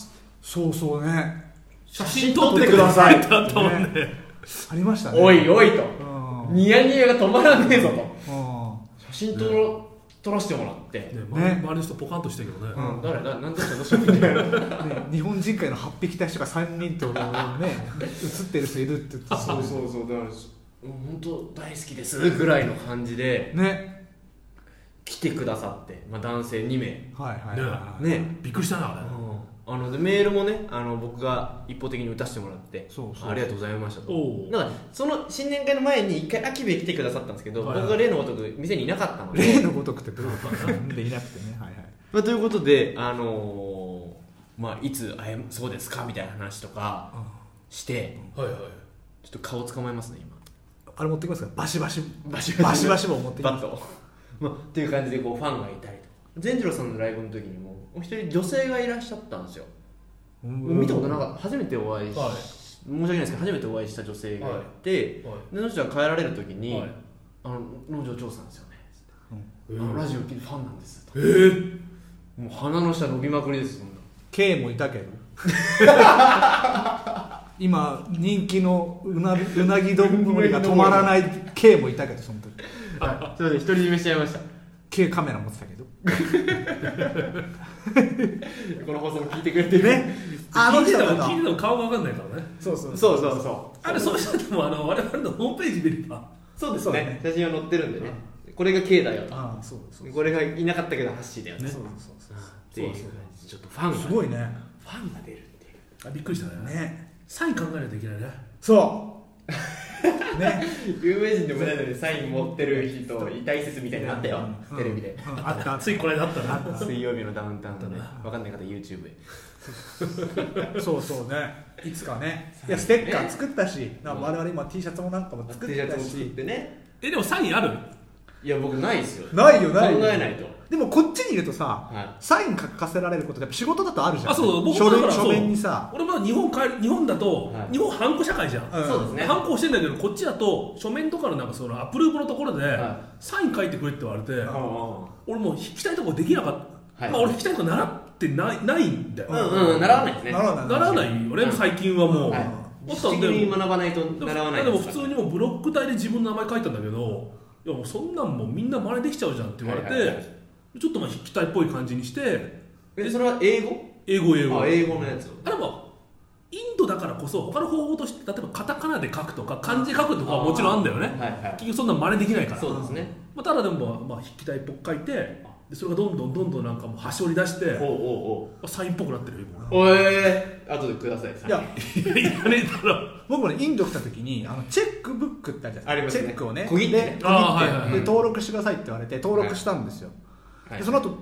Speaker 2: そうそうね
Speaker 3: 写
Speaker 1: 真
Speaker 3: 真
Speaker 1: 撮
Speaker 3: 撮
Speaker 1: っ
Speaker 3: ってて
Speaker 1: く
Speaker 3: く
Speaker 1: だ
Speaker 3: だ
Speaker 1: さ
Speaker 3: さ
Speaker 1: い
Speaker 3: いってあったも んね
Speaker 2: ありましたね
Speaker 1: おいおいと
Speaker 2: うん
Speaker 1: ニヤニヤが止まらねえぞと
Speaker 2: うん
Speaker 1: 写真撮ろ撮らせてもらって、
Speaker 3: ね
Speaker 2: ね
Speaker 3: 周りの人ポカンとしてるけどね、
Speaker 2: うん
Speaker 1: 誰だ何だったの写真みたいな
Speaker 2: ね、日本人会の8匹隊とか3人とね映ってる人いるって言ってた
Speaker 1: そうそうそうだから本当大好きですぐらいの感じで
Speaker 2: ね
Speaker 1: 来てくださって、まあ、男性2名
Speaker 2: はいはいはい、
Speaker 1: ね
Speaker 3: びっくりしたなあれ、
Speaker 1: あのでメールもねあの僕が一方的に打たせてもらって
Speaker 2: そうそう
Speaker 1: ありがとうございましたと
Speaker 3: おう
Speaker 1: だからその新年会の前に一回秋部来てくださったんですけど、
Speaker 3: はいはい
Speaker 1: 僕が例のごとく店にいなかったので、
Speaker 2: 例のごとくってどういうことなんでいなくてねはいはい
Speaker 1: まあ、ということで、あのーまあ、いつ会えそうですかみたいな話とかして
Speaker 3: はいはい
Speaker 1: ちょっと顔捕まえますね今
Speaker 2: あれ持ってきますかバシバシ
Speaker 1: バシ
Speaker 2: バシバシも持ってき
Speaker 1: バ
Speaker 2: ま
Speaker 1: ッ
Speaker 2: す
Speaker 1: と、まあ、っていう感じでこうファンがいたりと善次郎さんのライブの時にもお一人女性がいらっしゃったんですよ、
Speaker 2: うん
Speaker 1: 見たことなかった初めてお会いし、
Speaker 3: はい
Speaker 1: 申し訳ないですけど初めてお会いした女性がいて、
Speaker 3: はい
Speaker 1: でその人が帰られる時に「
Speaker 3: はい
Speaker 1: あの農場調査なんですよね」
Speaker 3: え
Speaker 1: あのラジオファンなんです」と
Speaker 3: えー、
Speaker 1: もう鼻の下伸びまくりですそんな
Speaker 2: K もいたけど今人気のうなうなぎ丼が止まらない K もいたけどその時
Speaker 1: はいすいません独り占めしちゃいました
Speaker 2: K カメラ持ってたけど
Speaker 1: この放送も聞いてくれてる
Speaker 2: ねあ
Speaker 3: 聞
Speaker 2: の
Speaker 3: いて
Speaker 2: 人
Speaker 3: た
Speaker 2: だ
Speaker 3: も聞いてたも顔が分かんないからね
Speaker 2: そうそう
Speaker 1: そうそうそう
Speaker 3: あれそうしたらもうあの我々のホームページ見れば
Speaker 1: そうです
Speaker 2: そうだ
Speaker 1: ね
Speaker 2: ね
Speaker 1: 写真は載ってるんでねこれが K だよと
Speaker 2: ああそうそう
Speaker 1: これがいなかったけどハッシーだよね
Speaker 2: そうそうそう
Speaker 1: っていう感じちょっとファンが
Speaker 2: すごいね
Speaker 1: ファンが出るっていう
Speaker 3: あびっくりしたね
Speaker 2: ね
Speaker 3: サイン考えないといけないね
Speaker 2: そうね
Speaker 1: 有名人でもないのにサイン持ってる人大切みたいになったよ、テレビで、
Speaker 2: うんあったあっ
Speaker 3: ついこれだったな
Speaker 1: 水曜日のダウンタウンで、ね
Speaker 3: あ、
Speaker 1: 分かんない方 YouTube で
Speaker 2: たそうそうねいつかねいやステッカー作ったしなんか我々今 T シャツもなんかも作
Speaker 1: T シ
Speaker 2: っ
Speaker 1: ャツ
Speaker 2: た
Speaker 1: も作っ
Speaker 2: して
Speaker 1: ね
Speaker 3: えでもサインある
Speaker 1: いや僕ないですよ
Speaker 2: ないよないよ
Speaker 1: 考えないと
Speaker 2: でもこっちにいるとさ
Speaker 1: は
Speaker 2: サイン書かせられることってやっぱ仕事だとあるじゃん
Speaker 3: あそう僕
Speaker 2: 書
Speaker 3: もだか
Speaker 2: 類
Speaker 3: ら
Speaker 2: 書
Speaker 3: そう
Speaker 2: 面にさ
Speaker 3: 俺まだ日本帰る日本だと、
Speaker 1: はい
Speaker 3: 日本ハンコ社会じゃん、
Speaker 2: うん
Speaker 1: そうですね
Speaker 3: ハンコ押してんだけどこっちだと書面とかのなんかそのアプローブのところで、
Speaker 1: は
Speaker 3: サイン書いてくれって言われて、
Speaker 1: うんう
Speaker 3: 俺もう聞きたいとこできなかった、
Speaker 1: はい
Speaker 3: まあ、俺聞きたいとこ習ってないないんだよ、
Speaker 1: んうんうん習わないですね
Speaker 2: ならない
Speaker 3: 習わないよね、
Speaker 1: うん
Speaker 3: 最近はもう、
Speaker 1: はい
Speaker 3: あ
Speaker 1: 自
Speaker 3: った
Speaker 1: 主
Speaker 3: ん
Speaker 1: 的
Speaker 3: だよ
Speaker 1: に学ばないと習わない
Speaker 3: でも
Speaker 1: か
Speaker 3: 普
Speaker 1: ら
Speaker 3: 通にもうブロック体で自分の名前書いたんだけどいやもうそんなんもうみんな真似できちゃうじゃんって言われて、
Speaker 1: はいはいはい
Speaker 3: ちょっとまあ筆記体っぽい感じにして
Speaker 1: えそれは英語
Speaker 3: 英語英語
Speaker 1: あ英語のやつ
Speaker 3: あでもインドだからこそ他の方法として例えばカタカナで書くとか漢字で書くとかはもちろんあるんだよね
Speaker 1: はいは
Speaker 3: 結局そんな真似できないか
Speaker 1: い
Speaker 3: ら、
Speaker 1: そうですね
Speaker 3: まあ、ただでもまあ筆記体っぽく書いてでそれがどんどんどんどんなんかもう端折り出して
Speaker 1: おう
Speaker 3: サインっぽくなってるよ
Speaker 1: おうおうおえー、後でください
Speaker 2: いや
Speaker 3: 今いやいらねえだろ
Speaker 2: 僕もねインド来た時にあのチェックブックってあるじゃな
Speaker 1: あり
Speaker 2: いで
Speaker 1: ますす
Speaker 2: か
Speaker 1: ね
Speaker 2: チェックをね
Speaker 1: 小切手
Speaker 2: で
Speaker 1: ね
Speaker 2: 小切手
Speaker 3: あーはいはいはい
Speaker 2: で登録してくださいって言われて登録したんですよ、
Speaker 1: はい
Speaker 2: でその後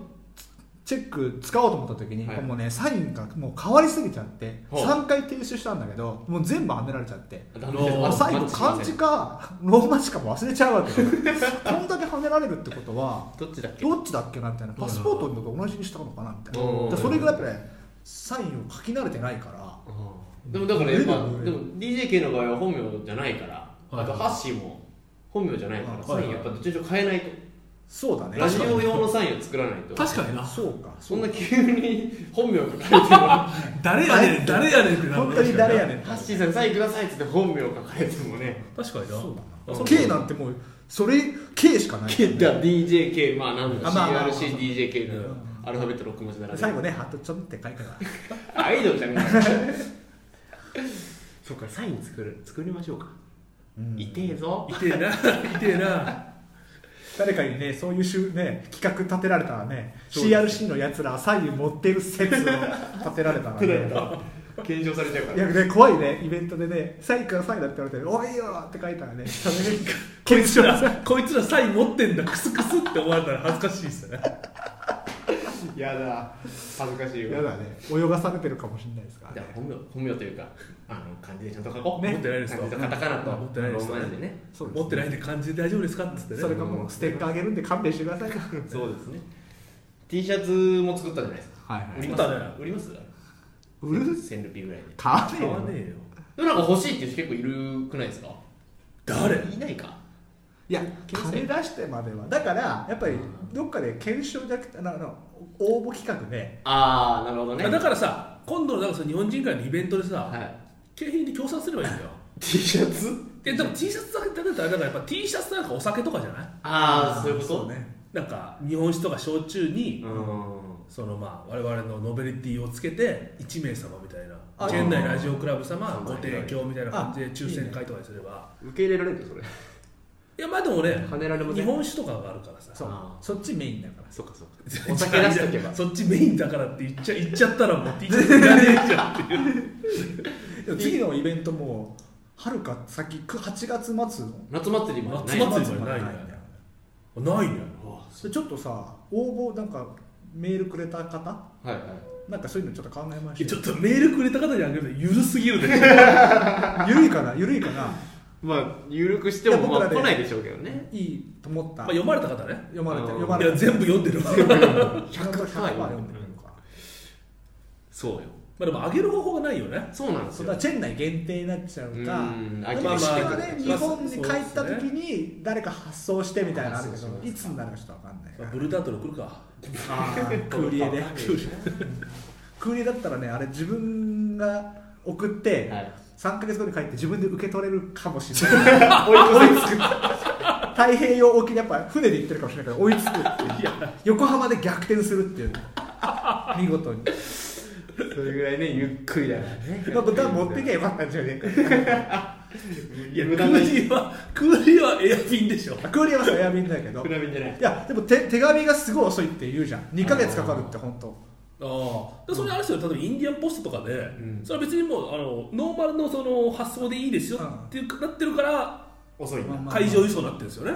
Speaker 2: チェック使おうと思った時に、
Speaker 1: はい
Speaker 2: もうねサインがもう変わりすぎちゃって
Speaker 1: ほう
Speaker 2: 3回提出したんだけどもう全部はめられちゃって
Speaker 1: ダメ
Speaker 3: あのー
Speaker 1: あ
Speaker 2: 最後漢字かローマ字かも忘れちゃうわけよこんだけはめられるってことは
Speaker 1: どっちだっけ
Speaker 2: どっちだっけなみたいなパスポートのと同じにしたのかなみたいな、
Speaker 1: うん
Speaker 2: でそれぐらいやっぱねサインを書き慣れてないから
Speaker 1: でもだからやっぱ
Speaker 2: ブ
Speaker 1: で
Speaker 2: レるブレ
Speaker 1: も
Speaker 2: る
Speaker 1: DJK の場合は本名じゃないから、
Speaker 3: は
Speaker 1: あ
Speaker 3: い
Speaker 1: とハッシーも本名じゃないから、
Speaker 2: はい
Speaker 1: サインやっぱどっちにしろ変えないと、
Speaker 2: そうだね
Speaker 1: ラジオ用のサインを作らないと
Speaker 3: 確かにな
Speaker 2: そうか
Speaker 1: そんな急に本名書かれてもハ
Speaker 3: 誰やねん誰やねんってなる
Speaker 2: 本当に誰やねん
Speaker 1: ッシーさんサインくださいっつって本名書かれてもね
Speaker 3: 確かにな
Speaker 2: そうだ
Speaker 1: う
Speaker 2: な、
Speaker 1: ん
Speaker 2: K なんてもうそれ K しかないからね、
Speaker 1: だ DJK まあなんだ
Speaker 2: あまあまあまあ
Speaker 1: CRCDJK のアルファベット6文字並べて
Speaker 2: 最後ねハットちょんって書いたから
Speaker 1: アイドルじゃないから そうかサイン作る作りましょうか、
Speaker 2: うん
Speaker 1: 痛えぞ
Speaker 3: 痛えな痛えな
Speaker 2: 誰かにねそういうしゅ、ね、企画立てられたらね
Speaker 1: そうです
Speaker 2: CRC のやつら左右持ってる説を立てられたらね
Speaker 1: 検証されちゃうか
Speaker 2: いやね、怖いねイベントでね「サインください」だって言われて「おいよ!」って書いたらねそれ
Speaker 3: こい
Speaker 2: 検
Speaker 3: つ
Speaker 2: 証さ
Speaker 3: らこいつらサイン持ってんだクスクスって思われたら恥ずかしいっすね
Speaker 1: やだ恥ずかしい
Speaker 2: やだね泳がされてるかもしれないですから
Speaker 1: じゃ
Speaker 2: ね
Speaker 1: あ本名本名というかあの漢字でちゃんと書こう、
Speaker 2: ね
Speaker 3: 持ってないですか
Speaker 1: 漢字とカタカナと
Speaker 3: 持ってないですか
Speaker 1: ローマ字でね
Speaker 2: そうですね
Speaker 3: 持ってないんで感じで大丈夫ですかっつってね
Speaker 2: それかもうステッカーあげるんで勘弁してくださいよ
Speaker 1: そうですね T シャツも作ったじゃないですか
Speaker 2: はい
Speaker 1: 売り
Speaker 2: はい
Speaker 1: ます
Speaker 3: 作ったね
Speaker 1: 売ります
Speaker 2: 売る
Speaker 1: 1000ルピーぐらいで
Speaker 2: 買わねえ
Speaker 3: 買わ
Speaker 2: よ
Speaker 3: ねえよ
Speaker 1: でもなんか欲しいっていう人結構いるくないですか
Speaker 3: 誰
Speaker 1: いないか
Speaker 2: いや
Speaker 1: 検
Speaker 2: 金
Speaker 1: 索
Speaker 2: 出してまではだからやっぱりどっかで検証じゃなくてあのあの応募企画で
Speaker 1: ああなるほどね
Speaker 3: だからさ今度のなんかその日本人会のイベントでさ、
Speaker 1: はい、
Speaker 3: 景品に協賛すればいいんだよ
Speaker 1: T シャツ
Speaker 3: ででも T シャツだけだったらだからやっぱ T シャツなんかお酒とかじゃない
Speaker 1: ああそういうこと
Speaker 2: ね
Speaker 3: なんか日本酒とか焼酎に、
Speaker 1: うん
Speaker 3: そのまあ我々のノベリティをつけて1名様みたい
Speaker 2: あ
Speaker 3: な県内ラジオクラブ様ご提供みたいな感じで
Speaker 2: あ
Speaker 3: 抽選会とかにすれば
Speaker 1: 受け入れられるのそれ
Speaker 3: いやまあでもね
Speaker 1: 跳ねられません
Speaker 3: 日本酒とかがあるから
Speaker 2: そ
Speaker 3: さ
Speaker 2: う
Speaker 1: あー
Speaker 2: そっちメインだから
Speaker 1: そうかそうかお酒出しとけば
Speaker 3: そっちメインだからって言っちゃ言っちゃったらもう T シャツいらねえじゃんっていう
Speaker 2: でも次のイベントもはるか先く8月末の
Speaker 1: 夏祭りもない
Speaker 3: 夏祭り
Speaker 2: 末
Speaker 3: も
Speaker 2: ま
Speaker 3: な
Speaker 2: で
Speaker 3: いね
Speaker 2: ないね
Speaker 3: ないね
Speaker 2: でちょっとさ応募なんかメールくれた方
Speaker 1: はいはい
Speaker 2: なんかそういうのちょっと考えまし
Speaker 3: え
Speaker 2: ょ う
Speaker 3: ちょっとメールくれた方にあげるとゆるすぎるでしょ
Speaker 2: ゆるいかなゆるいかな
Speaker 1: まあ緩くしても
Speaker 2: いや僕
Speaker 1: まあ
Speaker 2: らで
Speaker 1: 来ないでしょうけどね
Speaker 2: いいと思っ
Speaker 3: ま
Speaker 2: た
Speaker 3: あ読まれた方ね
Speaker 2: 読まれて
Speaker 1: あー
Speaker 2: 読ま
Speaker 3: い
Speaker 2: れ
Speaker 3: や
Speaker 2: て
Speaker 3: 全部読んでるわ
Speaker 2: 100%読んでるのか
Speaker 1: そうよ
Speaker 3: まあでもあげる方法がないよね
Speaker 1: そうなんです
Speaker 2: そ
Speaker 1: よ
Speaker 2: れはチェン内限定になっちゃう
Speaker 1: う
Speaker 2: か
Speaker 1: ん
Speaker 2: で
Speaker 1: ま
Speaker 2: も
Speaker 1: あまあ
Speaker 2: それはね日本に帰った時
Speaker 3: そうで
Speaker 2: に誰か発送してみたいなのあるけ
Speaker 1: そうそう
Speaker 2: ど
Speaker 1: そう
Speaker 2: いつになるかちょっとわかんない
Speaker 3: まあブルータートル来るか
Speaker 2: あークーリエで
Speaker 1: クーリ
Speaker 2: クーリエだったらねあれ自分が送って
Speaker 1: はい
Speaker 2: 3か月後に帰って自分で受け取れるかもしれない 追いつく太平洋沖でやっぱ船で行ってるかもしれないから追いつくっていう横浜で逆転するっていう見事に
Speaker 1: それぐらいねゆっくりだからね
Speaker 2: まあ豚持ってきゃよかったんですよ ね
Speaker 3: いやク
Speaker 1: 無駄な
Speaker 3: ーリーはクーリーはエアピンでしょ
Speaker 2: あクーリエはさエア便だけど
Speaker 1: 比べんじゃない
Speaker 2: いやでも手手紙がすごい遅いって言うじゃん2か月かかるって本当
Speaker 3: ああでそれある人例えばインディアンポストとかで、
Speaker 1: ん
Speaker 3: それは別にもうあのノーマルのその発送でいいですよっていうなってるから
Speaker 1: 遅いんだ
Speaker 2: まあまあ
Speaker 3: 会場輸送になってるんですよね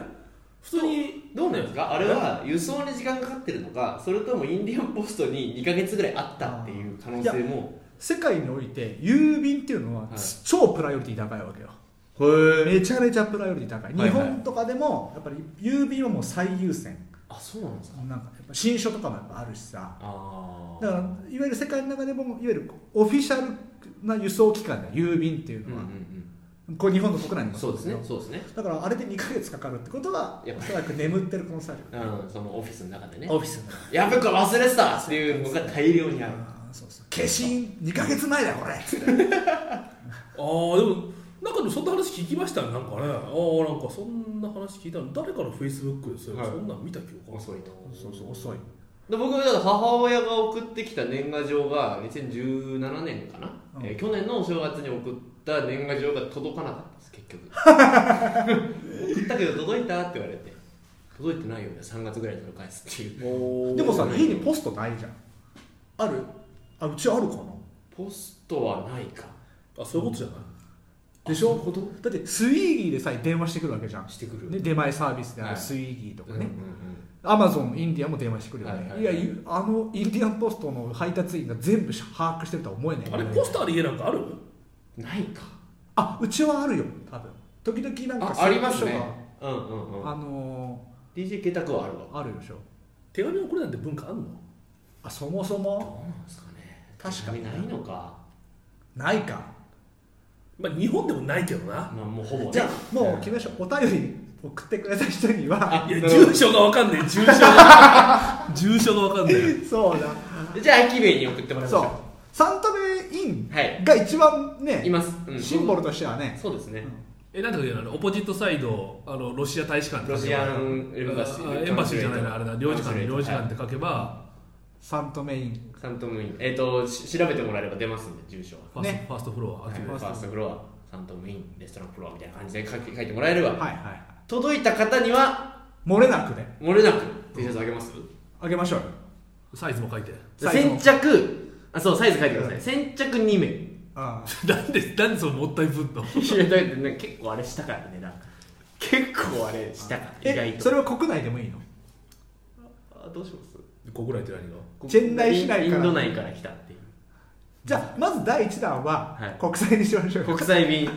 Speaker 3: 普通に
Speaker 1: どうなんですかあれは輸送に時間かかってるのかそれともインディアンポストに2か月ぐらいあったっていう可能性も
Speaker 2: 世界において郵便っていうのは、
Speaker 1: はい
Speaker 2: 超プライオリティ高いわけよ
Speaker 1: へえ
Speaker 2: めちゃめちゃプライオリティ高い、
Speaker 1: はいはい
Speaker 2: 日本とかでもやっぱり郵便はもう最優先
Speaker 1: あそうなんですか
Speaker 2: なんかやっぱ新書とかもやっぱあるしさ
Speaker 1: ああ
Speaker 2: だからいわゆる世界の中でもいわゆるオフィシャルな輸送機関だよ郵便っていう
Speaker 1: うん
Speaker 2: の
Speaker 1: うん
Speaker 2: は、
Speaker 1: うん
Speaker 2: これ日本の国内にも
Speaker 1: そうですね
Speaker 2: けど
Speaker 1: そうですね
Speaker 2: だからあれで2か月かかるってことは
Speaker 1: やっぱ
Speaker 2: おそらく眠ってる可能性あるよね
Speaker 1: うんそのオフィスの中でね
Speaker 2: オフィスの中で
Speaker 1: やべこれ忘れてたっていうのが大量にある
Speaker 2: あーそうそう消印2か月前だこれ
Speaker 3: ああでもなんかでもそんな話聞きましたねなんかねああなんかそんな話聞いたの誰かのフェイスブックでそれ、
Speaker 1: はい
Speaker 3: そんなん見た記憶
Speaker 1: 遅いと
Speaker 2: そうそう遅い
Speaker 1: で僕はだから母親が送ってきた年賀状が2017年かな、
Speaker 2: うん
Speaker 1: えー去年のお正月に送った年賀状が届かなかったんです結局 送ったけど届いたって言われて届いてないよね3月ぐらいにそれ返すっていう
Speaker 3: おー
Speaker 2: でもさ
Speaker 1: うん
Speaker 2: 家にポストないじゃんあるあうちあるかな
Speaker 1: ポストはないか
Speaker 3: あそういうことじゃない、
Speaker 2: でしょ
Speaker 1: そういうこと
Speaker 2: だってスイーギーでさえ電話してくるわけじゃん、
Speaker 1: してくる
Speaker 2: ね、出前サービスであ
Speaker 1: は
Speaker 2: る
Speaker 1: い
Speaker 2: スイーギーと
Speaker 1: う
Speaker 2: か
Speaker 1: んうんう
Speaker 2: ね、
Speaker 1: ん
Speaker 2: アマゾンインディアンも電話してくるよね、
Speaker 1: はい
Speaker 2: い
Speaker 1: はいはい
Speaker 2: やゆあのインディアンポストの配達員が全部把握してるとは思えない
Speaker 3: あれポスターで家なんかある
Speaker 1: ないか
Speaker 2: あうちはあるよ多分時々なん
Speaker 1: あ
Speaker 2: か
Speaker 1: あります
Speaker 2: そういう
Speaker 1: ね
Speaker 2: 人
Speaker 1: うんうんうん
Speaker 2: があの
Speaker 1: DJ ケタクはあるわ
Speaker 2: ーあるでしょ
Speaker 3: 手紙送るなんて文化あるの
Speaker 2: あそもそ
Speaker 1: ど
Speaker 2: も
Speaker 1: うなんですかね
Speaker 2: 確かに
Speaker 1: 手紙ないのか
Speaker 2: ないか
Speaker 3: まあ日本でもないけどな
Speaker 1: まあもうほぼね
Speaker 2: じゃあもう決めましょうお便り送ってくれた人には
Speaker 3: あいや
Speaker 1: なるほど
Speaker 3: 住所がわかんねえ住所が住所がわかんねえ
Speaker 2: そうだ
Speaker 1: じゃあアキベイに送ってもらいまし
Speaker 2: そ
Speaker 1: ょ
Speaker 2: うサンタベイン
Speaker 1: はい
Speaker 2: が一番ね、
Speaker 1: ういます、うん
Speaker 2: シンボルとしてはね
Speaker 1: そうですね、
Speaker 2: うん
Speaker 1: え
Speaker 3: えなんていうのあのオポジットサイドあのロシア大使館って
Speaker 1: ロ
Speaker 3: 書
Speaker 1: シ
Speaker 3: けば
Speaker 1: アンエンバシ
Speaker 3: あ
Speaker 1: ー
Speaker 3: エンバシーじゃないなあれだ領事館
Speaker 1: カンスレート
Speaker 3: 領事館っ
Speaker 1: は
Speaker 3: て書けば、
Speaker 2: サントメイン
Speaker 1: いサントムインえっ、とし調べてもらえれば出ますんで住所は
Speaker 3: ファースト
Speaker 2: ね
Speaker 3: ファーストフロア、
Speaker 1: はいフ
Speaker 2: フ
Speaker 1: ァ
Speaker 2: ァースト
Speaker 1: ーストフロアサントムインレストランフロアみたいな感じで書き書いてもらえれば、
Speaker 2: はいはいは
Speaker 1: 届いた方にはい
Speaker 2: 漏れなくね
Speaker 1: 漏れなく T シャツあげます、
Speaker 2: あげましょうよ
Speaker 3: サイズも 書いて
Speaker 2: サイズ
Speaker 1: 先
Speaker 2: も
Speaker 1: 着あそうサイズ書いてください先着2名
Speaker 2: あ
Speaker 3: なんでなんでそのもったいぶんの
Speaker 1: いやだってね結構あれしたからねなんか結構あれしたか
Speaker 2: あ
Speaker 1: ら意外
Speaker 2: え
Speaker 1: と
Speaker 2: それは国内でもいいの
Speaker 1: あどうします
Speaker 3: 国内って何が
Speaker 2: チェンナイ市内から
Speaker 1: インド内から来たっていう
Speaker 2: じゃあまず第1弾は
Speaker 1: はい
Speaker 2: 国際にしましょうよ、
Speaker 1: 国際便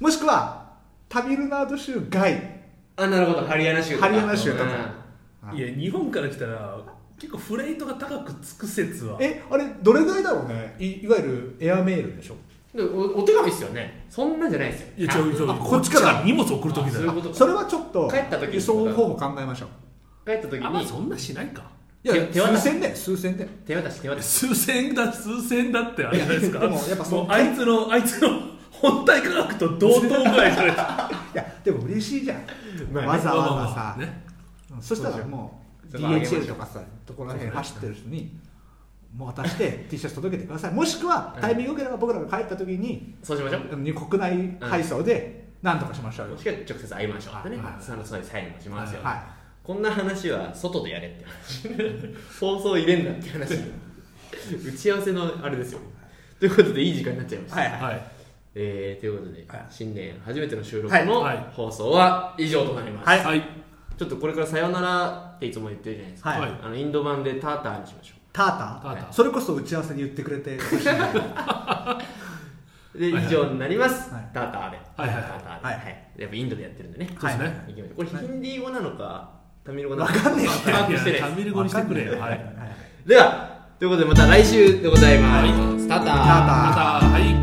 Speaker 2: もしくはタミルナード州外
Speaker 1: あなるほどハリアナ州とか
Speaker 2: ハリアナ州とかあ
Speaker 3: いや日本から来たら結構フレートが高くつく説は
Speaker 2: えあれどれぐらいだろうねいいわゆるエアメールでしょ
Speaker 1: うんでおお手紙っすよねそんなんじゃないっすよ
Speaker 3: いや違う違う
Speaker 2: あ
Speaker 3: こっちから荷物送るとき
Speaker 1: そう
Speaker 3: だ
Speaker 1: いう
Speaker 3: よ
Speaker 1: ことか
Speaker 2: それはちょっと
Speaker 1: 帰った時に
Speaker 2: 輸送方法考えましょう
Speaker 1: 帰った時
Speaker 3: あんまそ
Speaker 1: に
Speaker 3: んなしないか
Speaker 2: いや
Speaker 1: 手渡
Speaker 2: 数
Speaker 1: し
Speaker 2: 千で数千で
Speaker 1: 手渡し手渡し
Speaker 3: 数千だ数千だってあれじゃないですか
Speaker 2: いやでもやっぱその
Speaker 3: うあいつのあいつの 本体価格と同等ぐらいじゃないですか
Speaker 2: いやでも嬉しいじゃん、
Speaker 1: まあね
Speaker 2: わざわざさ、
Speaker 3: まあまあまあね
Speaker 2: うんそしたらもう
Speaker 1: そうじゃん
Speaker 2: DHL とかさところら辺走ってる人にもう渡して T シャツ届けてくださいもしくはタイミングよければ僕らが帰った時に
Speaker 1: そうしましょう
Speaker 2: 国内配送で何とかしましょうよ
Speaker 1: も、しくは直接会いましょうってね
Speaker 2: はいはい
Speaker 1: そのそういうサインもしますよ
Speaker 2: は
Speaker 1: こんな話は外でやれって話放送入れんなって話打ち合わせのあれですよということでいい時間になっちゃいま
Speaker 2: い、
Speaker 1: した、
Speaker 2: はいはい
Speaker 3: はい
Speaker 1: えー、ということで、
Speaker 2: はい
Speaker 1: 新年初めての収録の
Speaker 3: はい
Speaker 1: 放送は以上となります、
Speaker 3: はい
Speaker 1: ちょっとこれから「さよなら」っていつも言ってるじゃないですか、
Speaker 2: はい
Speaker 3: はい
Speaker 1: あのインド版で「ターター」にしましょ
Speaker 2: ターター
Speaker 3: ターター
Speaker 2: それこそ打ち合わせに言ってくれてほしい
Speaker 1: うで以
Speaker 3: はいはい
Speaker 1: 上になります、
Speaker 2: はい
Speaker 1: ターターで、
Speaker 3: はいはいはい
Speaker 1: ターターで、
Speaker 2: はい
Speaker 1: やっぱインドでやってるんでね、
Speaker 3: そうですね、
Speaker 2: はい
Speaker 1: いきましょうこれヒ
Speaker 2: はい
Speaker 1: ンディー語なのかタミル語なのか
Speaker 2: わかんねえし
Speaker 1: 把握して
Speaker 3: い
Speaker 1: な
Speaker 3: や
Speaker 1: い
Speaker 3: タ
Speaker 1: で
Speaker 3: ミル語にしてくれよはい
Speaker 2: はい
Speaker 1: すではということでまた来週でございます、ターター
Speaker 3: ま
Speaker 2: ターター
Speaker 3: たはい